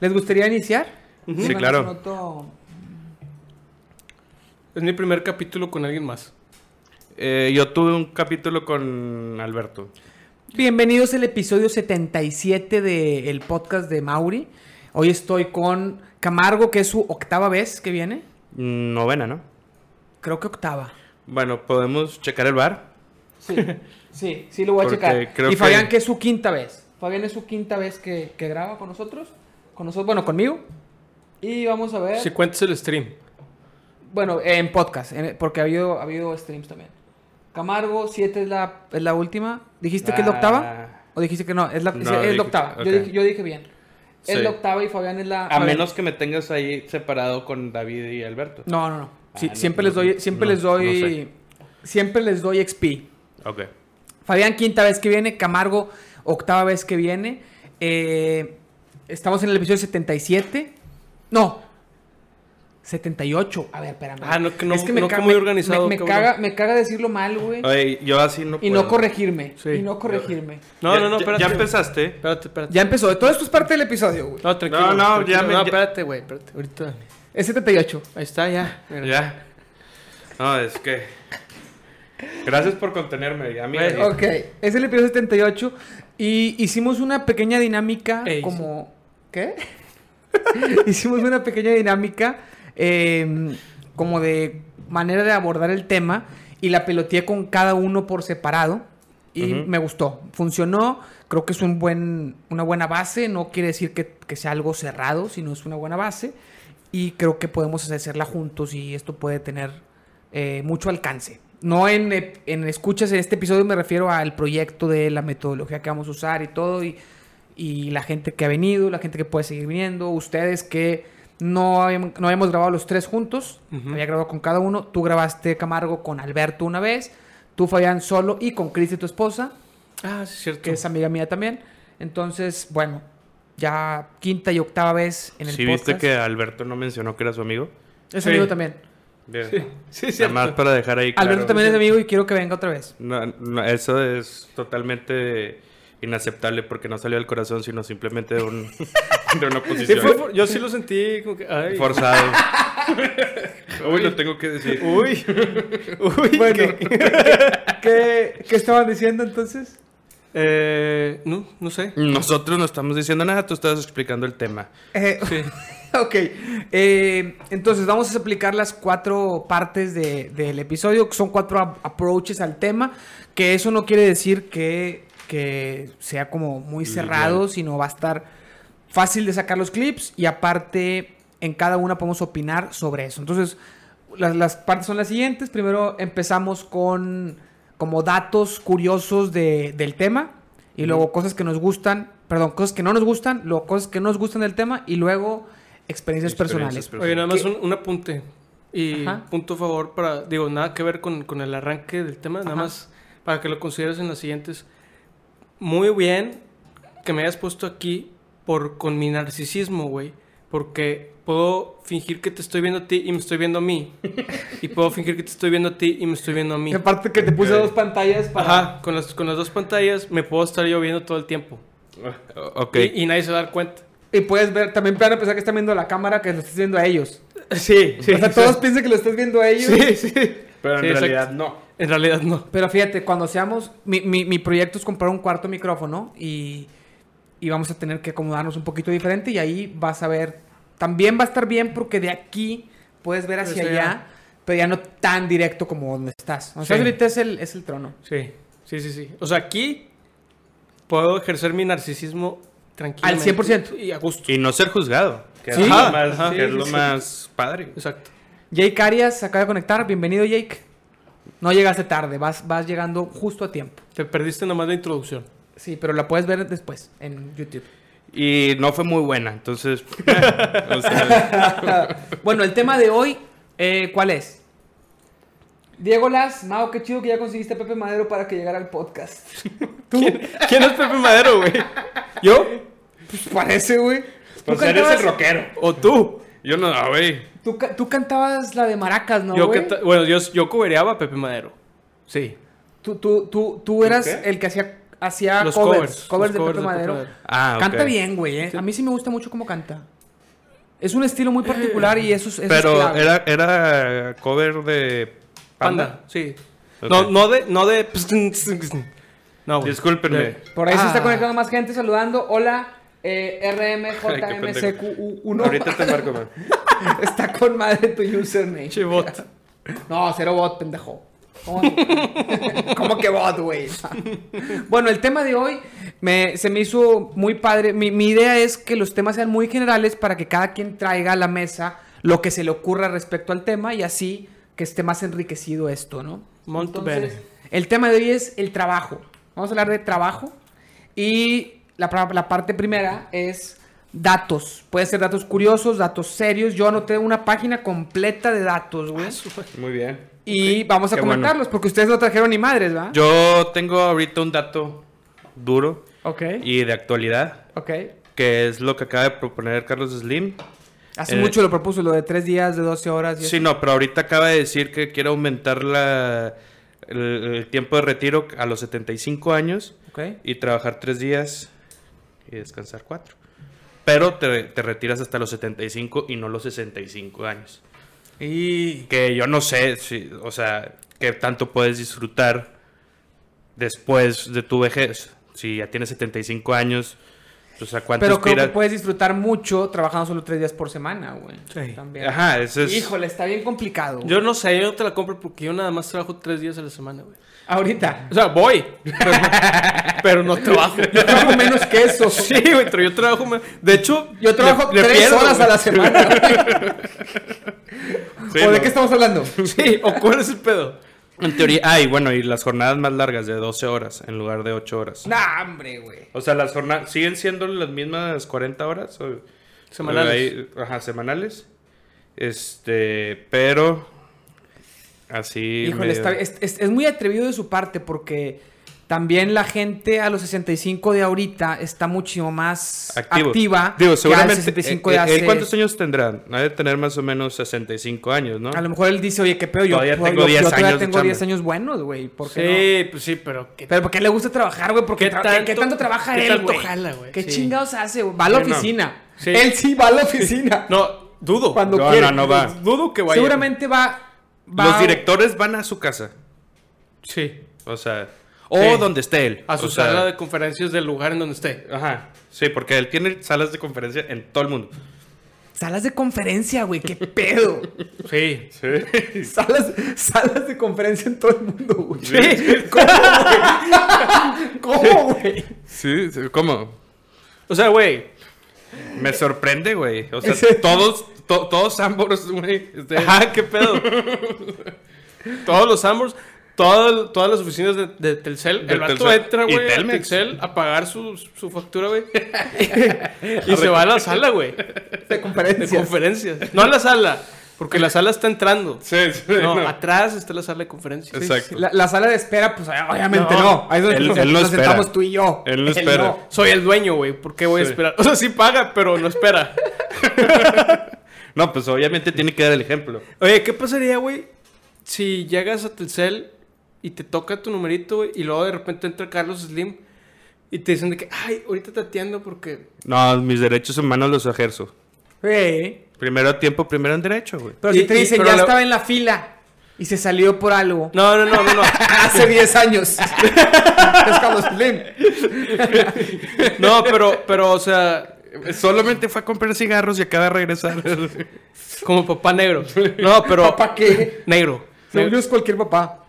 ¿Les gustaría iniciar? Ujú. Sí, Déjanos claro. un otro- Es mi primer capítulo con alguien más. Eh, yo tuve un capítulo con Alberto. Bienvenidos al episodio 77 del podcast de Mauri. Hoy estoy con Camargo, que es su octava vez que viene. Mm, Novena, ¿no? Creo que octava. Bueno, podemos checar el bar. Sí, sí, sí lo voy a Porque checar. creo y Fabián, que... que es su quinta vez. Fabián es su quinta vez que, que graba con nosotros. Con nosotros, bueno, conmigo. Y vamos a ver. Si cuentas el stream. Bueno, en podcast, en- porque ha habido, ha habido streams también. Camargo, 7 es la, es la última. ¿Dijiste que es la octava? Ah. ¿O dijiste que no? Es la, No, es- es la dije- octava. Yo, ok. dije, yo dije bien. Es Sí. la octava y Fabián es la. A Fabián- menos que me tengas ahí separado con David y Alberto. No, no, no. Sí, Ah, no, siempre no, les doy. Siempre no, les doy. no sé. Siempre les doy XP. Ok. Fabián, quinta vez que viene. Camargo, octava vez que viene. Eh, estamos en el episodio 77. No. 78. A ver, espérame. Ah, no, que no- no ca- como muy organizado, Me, me cabrón. caga, me caga decirlo mal, güey. Oye, yo así no Y puedo. no corregirme. Sí. Y no corregirme. No, Ya- no, no, ya- espérate. Ya empezaste. Espérate, espérate. Ya empezó. Todo esto es parte del episodio, güey. No, tranquilo. No, no, tranquilo. ya me- No, ya- espérate, güey, espérate. Ahorita. Es 78. Ahí está, ya. Mira. Ya. No, es que. Gracias por contenerme, amigo. Bueno, Pues, Ok. Es el episodio 78. Y hicimos una pequeña dinámica Ey, como... ¿Qué? hicimos una pequeña dinámica eh, como de manera de abordar el tema. Y la peloteé con cada uno por separado. Y Ujú. me gustó. Funcionó. Creo que es un buen, una buena base. No quiere decir que, que sea algo cerrado, sino es una buena base. Y creo que podemos hacerla juntos y esto puede tener eh, mucho alcance. No en, eh, en escuchas en este episodio me refiero al proyecto de la metodología que vamos a usar y todo. Y, y la gente que ha venido, la gente que puede seguir viniendo, ustedes que no, habíamos- no habíamos grabado los tres juntos, Ujú. había grabado con cada uno, tú grabaste Camargo con Alberto una vez, tú Fabián solo y con Cristi tu esposa, Ah, sí, es cierto. que es amiga mía también. Entonces, bueno, ya quinta y octava vez en el ¿Sí podcast. viste que Alberto no mencionó que era su amigo? Es Sí. amigo también. Bien. Sí, sí, es Nada cierto. más para dejar ahí claro. Alberto también es amigo y quiero que venga otra vez. No, no, eso es totalmente inaceptable porque no salió del corazón, sino simplemente de, un, de una Sí, posición fue for- yo sí lo sentí como que. Ay. forzado. Uy, lo tengo que decir. Uy. Uy. Bueno, que- ¿qué, qué estaban diciendo entonces? Eh, no, no sé. Nosotros no estamos diciendo nada, tú estás explicando el tema. Eh, Sí. Ok, eh, entonces vamos a aplicar las cuatro partes de- del episodio, que son cuatro ap- approaches al tema, que eso no quiere decir que, que sea como muy cerrado, sino va a estar fácil de sacar los clips y aparte en cada una podemos opinar sobre eso. Entonces, las, las partes son las siguientes. Primero empezamos con como datos curiosos de- del tema y luego cosas que nos gustan, perdón, cosas que no nos gustan, luego cosas que nos gustan del tema y luego experiencias, Experiencias personales. personales. Oye, nada más ¿Qué? un, un apunte. Y Ajá. punto a favor para. Digo, nada que ver con, con el arranque del tema. Nada Ajá. más para que lo consideres en las siguientes. Muy bien que me hayas puesto aquí por, con mi narcisismo, güey. Porque puedo fingir que te estoy viendo a ti y me estoy viendo a mí. y puedo fingir que te estoy viendo a ti y me estoy viendo a mí. Y aparte que te puse Ok. dos pantallas para... Ajá, con las, con las dos pantallas me puedo estar yo viendo todo el tiempo. Ok. Y, y nadie se va a dar cuenta. Y puedes ver, también van a pensar que están viendo la cámara, que lo estás viendo a ellos. Sí, sí. o sea, todos piensan que lo estás viendo a ellos. Sí, sí. Pero en Sí, exacto. realidad no. En realidad no. Pero fíjate, cuando seamos, mi, mi- mi proyecto es comprar un cuarto micrófono y, y vamos a tener que acomodarnos un poquito diferente y ahí vas a ver, también va a estar bien porque de aquí puedes ver hacia Hacia allá, allá. pero ya no tan directo como donde estás. Donde Sí. estás ahorita es el, es el trono. Sí, sí, sí, sí. O sea, aquí puedo ejercer mi narcisismo tranquilamente. 100%. Y a gusto. Y no ser juzgado. Que Sí. es lo Ajá, más, ajá. que es Sí, lo sí, más padre. Exacto. Jake Arias se acaba de conectar, bienvenido Jake. No llegaste tarde, vas, vas llegando justo a tiempo. Te perdiste nomás la introducción. Sí, pero la puedes ver después en YouTube. Y no fue muy buena, entonces. eh, o sea, Bueno, el tema de hoy, eh, ¿cuál es? Diego Las, Mao, qué chido que ya conseguiste a Pepe Madero para que llegara al podcast. Pues ¿Tú? ¿Quién es Pepe Madero, güey? ¿Yo? Parece, güey. ¿Tú, pues eres el cantabas, rockero. ¿O tú? Yo no, ah, güey. tú ca- tú cantabas la de Maracas, ¿no, yo güey? canta- bueno, yo, yo cobereaba a Pepe Madero. Sí. Tú, tú, tú, tú eras ¿Qué? el que hacía hacía Los covers, covers, covers, los de covers Pepe de Pepe Madero. Madero. Ah, ok. Canta bien, güey. ¿eh? Sí. A mí sí me gusta mucho cómo canta. Es un estilo muy particular y eso es. eso es Pero clave. era, era cover de Panda, Panda. sí. Ok. No, no de, no de. pues, No, güey. Discúlpenme. De- Por ahí se está Ah. conectando más gente saludando. Hola, eh, Ay, qué RMJMCQ1. Ahorita te marco, man. Está con madre tu username. Che, bot. No, cero bot, pendejo. ¿Cómo, ¿Cómo que bot, güey? bueno, el tema de hoy me, se me hizo muy padre. Mi, mi idea es que los temas sean muy generales para que cada quien traiga a la mesa lo que se le ocurra respecto al tema y así que esté más enriquecido esto, ¿no? Molto Entonces, bene. el tema de hoy es el trabajo. Vamos a hablar de trabajo y la, pra- la parte primera es datos. Puede ser datos curiosos, datos serios. Yo anoté una página completa de datos, güey. Muy bien. Y vamos a qué bueno. comentarlos porque ustedes no trajeron ni madres, ¿va? Yo tengo ahorita un dato duro Ok. y de actualidad, Ok. que es lo que acaba de proponer Carlos Slim. Hace Eh, mucho lo propuso, lo de tres días, de 12 horas. y Sí, no, pero ahorita acaba de decir que quiere aumentar la, el, el tiempo de retiro a los 75 años eso. Ok. y trabajar tres días y descansar cuatro. Pero te, te retiras hasta los 75 y no los 65 años. Y. Que yo no sé, si, o sea, qué tanto puedes disfrutar después de tu vejez. Si ya tienes 75 años, pues a cuánto Pero creo que aspiras? puedes disfrutar mucho trabajando solo tres días por semana, güey. Sí. También. Ajá, eso es... Híjole, está bien complicado. güey. Yo no sé, yo no te la compro porque yo nada más trabajo tres días a la semana, güey. Ahorita. O sea, voy, pero, pero no trabajo. Yo trabajo menos que eso. Sí, güey, pero yo trabajo. ma- De hecho, Yo trabajo le- le tres pierdo, horas a güey. la semana. güey. Sí, ¿O de no. qué estamos hablando? Sí, o cuál es el pedo. En teoría, ay, bueno, y las jornadas más largas de 12 horas en lugar de 8 horas. Nah, hombre, güey. O sea, las jornadas siguen siendo las mismas 40 horas o- Semanales. o ahí- ajá, semanales. Este, pero así Híjole, medio- está- es, es- es muy atrevido de su parte porque también la gente a los 65 de ahorita está muchísimo más activo. activa. que Digo, al seguramente 65 eh, de eh, hace- él cuántos años tendrá? Ha de tener más o menos 65 años, ¿no? A lo mejor él dice, oye, qué pedo, yo Todavía yo- tengo yo 10 todavía años de tengo 10 chamba. años buenos, güey. ¿Por qué no? Sí, pues sí, pero que Pero ¿por qué le gusta trabajar, güey? Porque ¿Qué ¿Qué, tanto- ¿qué tanto trabaja qué él, tanto güey? jala, güey? ¿Qué Sí. chingados hace, güey? Va a la Sí, no. oficina. Sí. Él sí va a la oficina. No, dudo. Cuando No, quiere. no, no va. Dudo que vaya. Seguramente va, va- Los directores van a su casa, Sí. o sea, o Sí. donde esté él, A su o sea, sala de conferencias del lugar en donde esté. Ajá. Sí, porque él tiene salas de conferencia en todo el mundo. Salas de conferencia, güey, qué pedo. Sí. salas, salas de conferencia en todo el mundo, güey. Sí. ¿Cómo, güey? Sí, ¿cómo? O sea, güey. Me sorprende, güey. O sea, Ese- todos, to- todos ambos, güey. este, Ajá, Ah, qué pedo. Todos los ambos, todas, todas las oficinas de, de Telcel. De el vato Telcel. entra, Y güey, a Telmex. Telcel a pagar su, su factura, güey. y se va a la sala, güey. De De conferencia. conferencias. No a la sala, porque la sala está entrando. sí, sí, No, no. atrás está la sala de conferencias. Exacto. La, la sala de espera, pues obviamente No. no. Ahí es donde Él- nos, él no nos espera. sentamos tú y yo. Él no espera. Soy el dueño, güey. ¿Por qué voy a Sí. esperar? O sea, sí paga, pero no espera. No, pues obviamente tiene que dar el ejemplo. Oye, ¿qué pasaría, güey? Si llegas a Telcel y te toca tu numerito, güey, y luego de repente entra Carlos Slim y te dicen de que, ay, ahorita te atiendo porque. No, mis derechos humanos los ejerzo. Sí. Primero a tiempo, primero en derecho, güey. Pero si Y- te y- dicen, pero ya la- estaba en la fila y se salió por algo. No, no, no, no, no. Hace 10 años. es Carlos Slim. No, pero, pero, o sea, Solamente fue a comprar cigarros y acaba de regresar. como papá negro. No, pero. ¿Papá qué? Negro. Según yo es cualquier papá.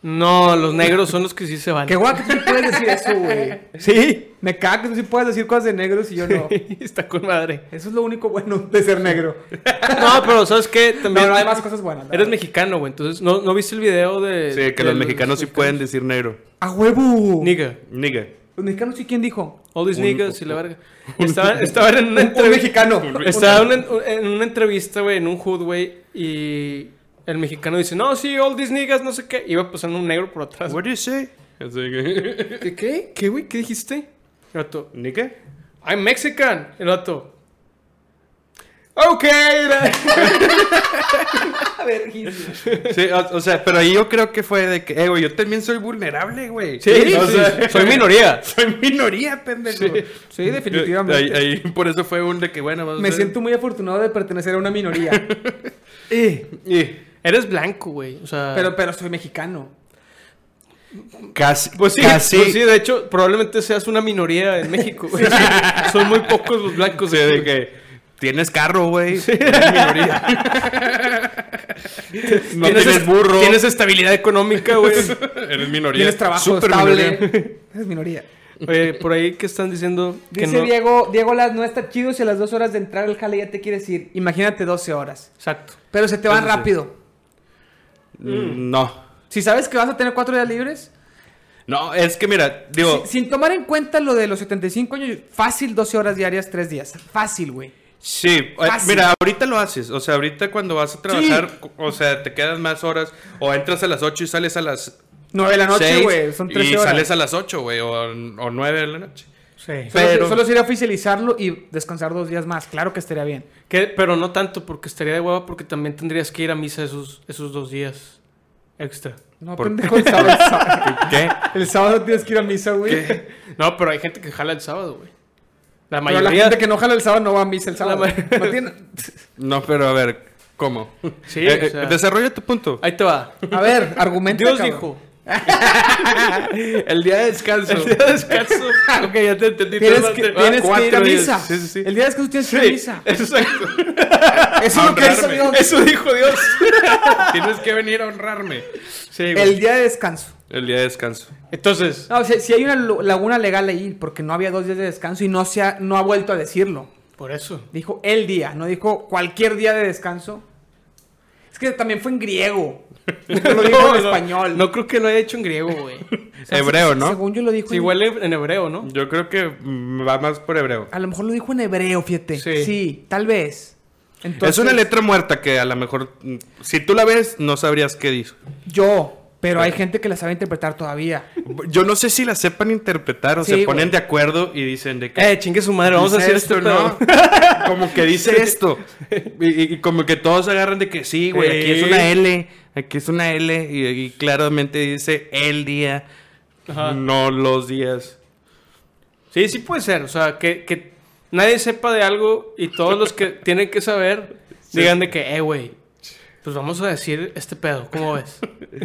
No, los negros son los que sí se van. Qué guay que tú sí puedes decir eso, güey. Sí. Me caga que tú sí puedes decir cosas de negros y yo no. Está con madre. Eso es lo único bueno de ser negro. No, pero, ¿sabes qué? También. No, no, hay más cosas buenas. la Eres verdad. mexicano, güey. Entonces, ¿no, ¿no viste el video de. Sí, que de los mexicanos sí pueden decir negro. ¡A huevo! Nigga. Nigga. ¿Los mexicanos sí quién dijo? All these Un- niggas y la verga. Estaban, estaban en una Un, un entrevista. mexicano. Estaba en una- en una entrevista, güey, en un hood, güey, y el mexicano dice, no, sí, all these niggas, no sé qué. Iba pasando un negro por atrás. What do you say? Así que- ¿Qué, ¿Qué? ¿Qué, güey? ¿Qué dijiste? El vato, ¿Nigga? I'm Mexican. El vato, Ok. Verguísima. Sí, o, o sea, pero ahí yo creo que fue de que, eh, güey, yo también soy vulnerable, güey. Sí, O sí, sea, soy minoría. soy minoría, pendejo. Sí. Sí, definitivamente. Ahí, ahí por eso fue un de que, bueno, vamos a Me ver. siento muy afortunado de pertenecer a una minoría. Eh, Y- Eres blanco, güey. O Ah. sea, pero, pero soy mexicano. Casi, Pues sí, casi. pues sí, de hecho, probablemente seas una minoría en México. güey. Son muy pocos los O blancos. sea, de que tienes carro, güey. Eres minoría. no tienes, est- burro. Tienes estabilidad económica, güey. Eres minoría. Tienes trabajo Súper minoría. estable. Eres minoría. Oye, por ahí que están diciendo que Dice no. Diego, Diego Las, no está chido si a las dos horas de entrar al jale ya te quieres ir. Imagínate 12 horas. Exacto. Pero se te van Eso sí. rápido. Mm, No. Si sabes que vas a tener cuatro días libres, No, es que mira, digo, si- sin tomar en cuenta lo de los 75 años, fácil 12 horas diarias, 3 días. Fácil, güey. sí, eh, Fácil. mira, ahorita lo haces, o sea, ahorita cuando vas a trabajar, cu- o sea, te quedas más horas, o entras a las 8 y sales a las 9 de la noche, seis güey. Son 13 y horas. sales a las 8, güey, o, o 9 de la noche. Sí. Solo- pero- Solo sería oficializarlo y descansar dos días más. Claro que estaría bien. Que- pero no tanto, porque estaría de hueva, porque también tendrías que ir a misa esos, esos dos días extra. No, Por- pendejo, el sábado, el sábado. ¿Qué? El sábado tienes que ir a misa, güey. No, pero hay gente que jala el sábado, güey. Pero la La mayoría. gente que no jala el sábado no va a misa el sábado. La ma- No tiene- No, pero a ver, ¿cómo? Sí, Eh, o eh, sea- desarrolla tu punto. Ahí te va. A ver, argumento. Dios dijo. El día de descanso. El día de descanso. ok, ya te entendí. Tienes te- que, te- tienes cuatro que ir a días. misa. Sí, sí, sí. El día de descanso tienes que ir a Sí, misa. Exacto. Eso es lo que dice honrarme. Dios. Eso dijo Dios. Tienes que venir a honrarme. Sí, güey. El día de descanso. El día de descanso. Entonces, No, o sea, si hay una lo- laguna legal ahí, porque no había dos días de descanso y no, se ha, no ha vuelto a decirlo. por eso. Dijo el día, no dijo cualquier día de descanso. Es que también fue en griego. No lo dijo en español. No creo que lo haya hecho en griego, güey. O sea, Hebreo, se- ¿no? Según yo lo dijo. Sí, en- igual en hebreo, ¿no? Yo creo que mm, va más por hebreo. A lo mejor lo dijo en hebreo, fíjate. Sí, Sí. tal vez. es una letra muerta que a lo mejor, mm, si tú la ves, no sabrías qué dice. Yo, pero hay gente que la sabe interpretar todavía. Yo no sé si la sepan interpretar o Sí, se ponen güey. de acuerdo y dicen de que... Eh, chingue su madre, vamos a dice hacer este esto, este ¿no? ¿no? como que dice esto. Y, y- y como que todos agarran de que sí, güey, aquí es Sí. una L, aquí es una L. Y, y claramente dice el día, Ajá. no los días. Sí, sí puede ser. O sea, que, que nadie sepa de algo y todos los que tienen que saber digan de que, eh, güey, pues vamos a decir este pedo, ¿cómo ves?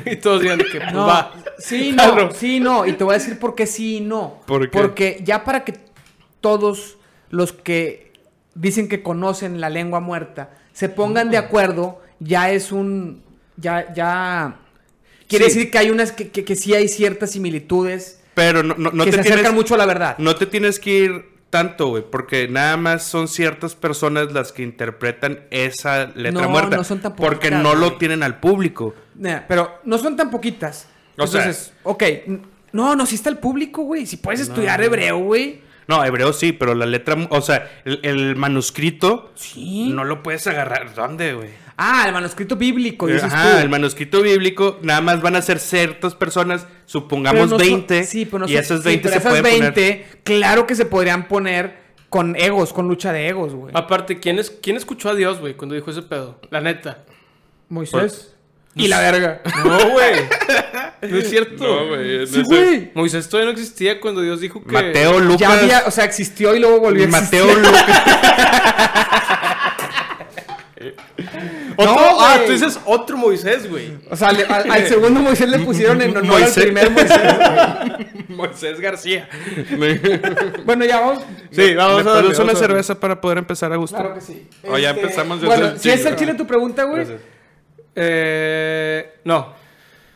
y todos digan de que, pues No, va. sí, no, Claro. sí, no. Y te voy a decir por qué sí y no. ¿Por qué? Porque ya para que todos los que dicen que conocen la lengua muerta se pongan de acuerdo, ya es un. Ya, ya. Quiere Sí. decir que hay unas que, que, que sí hay ciertas similitudes Pero no, no- no que te se acercan tienes- mucho a la verdad. No te tienes que ir tanto, güey, porque nada más son ciertas personas las que interpretan esa letra No, muerta. no son tan porque poquitas, no lo güey. tienen al público. Nah, pero no son tan poquitas. O sea- Entonces, ok. n- No, no, sí está el público, güey. Si puedes estudiar hebreo, güey. No, hebreo sí, pero la letra, mu- o sea, el, el manuscrito Sí. no lo puedes agarrar. ¿Dónde, güey? Ah, el manuscrito bíblico, dices Eh, Ajá, tú. el manuscrito bíblico, nada más van a ser ciertas personas, supongamos Pero no son- 20, sí, pero no y son- esas sí, 20 pero se esas pueden 20, claro que se podrían poner con egos, con lucha de egos, güey. Aparte, ¿quién, es, ¿quién escuchó a Dios, güey, cuando dijo ese pedo? La neta. Moisés. Y la verga. No, güey. No es cierto. No, güey, Sí, güey. Moisés todavía no existía cuando Dios dijo que... Mateo, Lucas, Ya había, o sea, existió y luego volvió a existir. Mateo, Lucas. Otro- No, ah, güey. tú dices otro Moisés, güey. O sea, le- al, al segundo Moisés le pusieron en honor Moisés. al primer Moisés. Moisés García. Bueno, ya vamos. Sí, ¿Me darle, pones una vamos a darle. cerveza para poder empezar a gustar? Claro que sí. Este, O Oh, ya empezamos desde Bueno, el si es chile. el chile tu pregunta, güey. Gracias. Eh, no.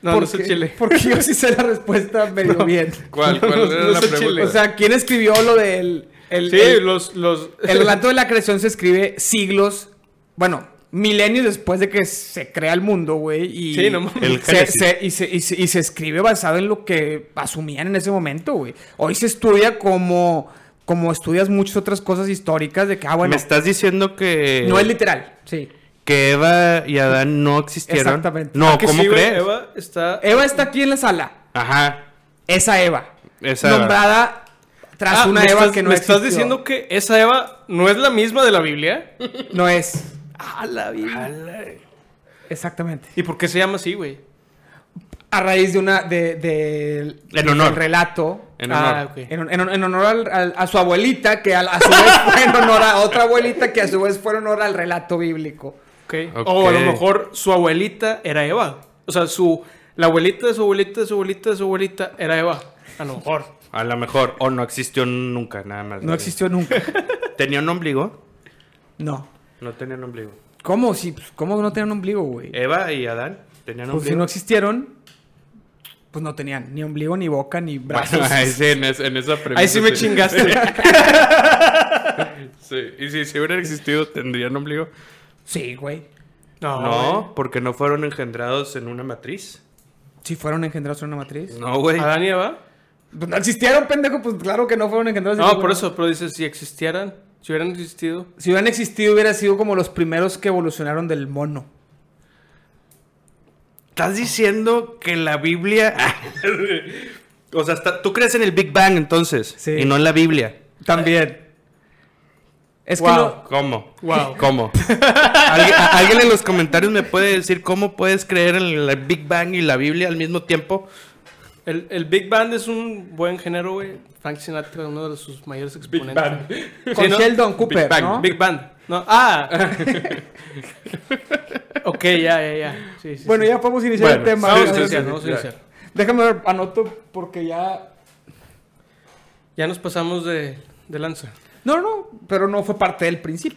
No, no ¿por es el qué? chile. Porque yo sí sé la respuesta medio bien. ¿Cuál, cuál No, era no la sé chile. pregunta? O sea, ¿quién escribió lo del. El, sí, el- los, los... El relato de la creación se escribe siglos, bueno, milenios después de que se crea el mundo, güey. Y Sí, no mames. El se, Génesis. se- y, se, y se- y se escribe basado en lo que asumían en ese momento, güey. Hoy se estudia como, como estudias muchas otras cosas históricas de que, ah, bueno, Me estás diciendo que, no es literal, sí. que Eva y Adán no existieron. Exactamente. No, Ah, que ¿cómo sí, güey, crees? Eva Eh, está... Eva está aquí en la sala, Ajá. esa Eva, Esa Eva. nombrada tras Ah, una ¿me Eva estás- que no ¿Me existió. estás diciendo que esa Eva no es la misma de la Biblia? No es. ¡Ah, la Biblia! Exactamente. ¿Y por qué se llama así, güey? A raíz de una. de, de- del honor. relato. En honor. ah, ok. En, en- en honor al- al- a su abuelita, que a, a su vez fue en honor a otra abuelita, que a su vez fue en honor al relato bíblico. ok. O a lo Ok. mejor su abuelita era Eva. O sea, su, la abuelita de su abuelita de su abuelita de su abuelita era Eva. A lo mejor. A lo mejor. O no existió nunca, nada más. No existió nunca. ¿Tenía un ombligo? No. No tenían ombligo. ¿Cómo? Sí, pues, ¿Cómo no tenían ombligo, güey? Eva y Adán tenían Pues si no Eh, ombligo. existieron, pues no tenían ni ombligo, ni boca, ni brazos. Bueno, ahí sí, en, es- en esa premisa. Ahí sí me chingaste. Sí. Y si, si hubieran existido, ¿tendrían ombligo? Sí, güey. No. no, porque no fueron engendrados en una matriz. Si fueron engendrados en una matriz. No, güey. güey. Ah. ¿Adán y Eva? Pues no existieron, pendejo, pues claro que no fueron engendrados. en No, una- por eso. Pero dices, si existieran, si hubieran existido. Si hubieran existido, hubiera sido como los primeros que evolucionaron del mono. Estás diciendo que la Biblia. o sea, está- tú crees en el Big Bang entonces. Sí. Y no en la Biblia. También. Es que Wow. no- ¿Cómo? Wow. ¿Cómo? ¿Alguien, a- alguien en los comentarios me puede decir cómo puedes creer en el Big Bang y la Biblia al mismo tiempo? El, el Big Band es un buen género, güey. Frank Sinatra, uno de sus mayores exponentes. Band. Con Sí, ¿no? Sheldon Cooper, Bang, ¿no? Big Band. No. Ah. ok, ya, ya, ya. Sí, sí, Bueno, sí. ya podemos iniciar Bueno, el tema. Vamos a Déjame- iniciar, vamos a iniciar. Déjame ver, anoto porque ya... Ya nos pasamos de, de lanza. No, no, pero no fue parte del principio.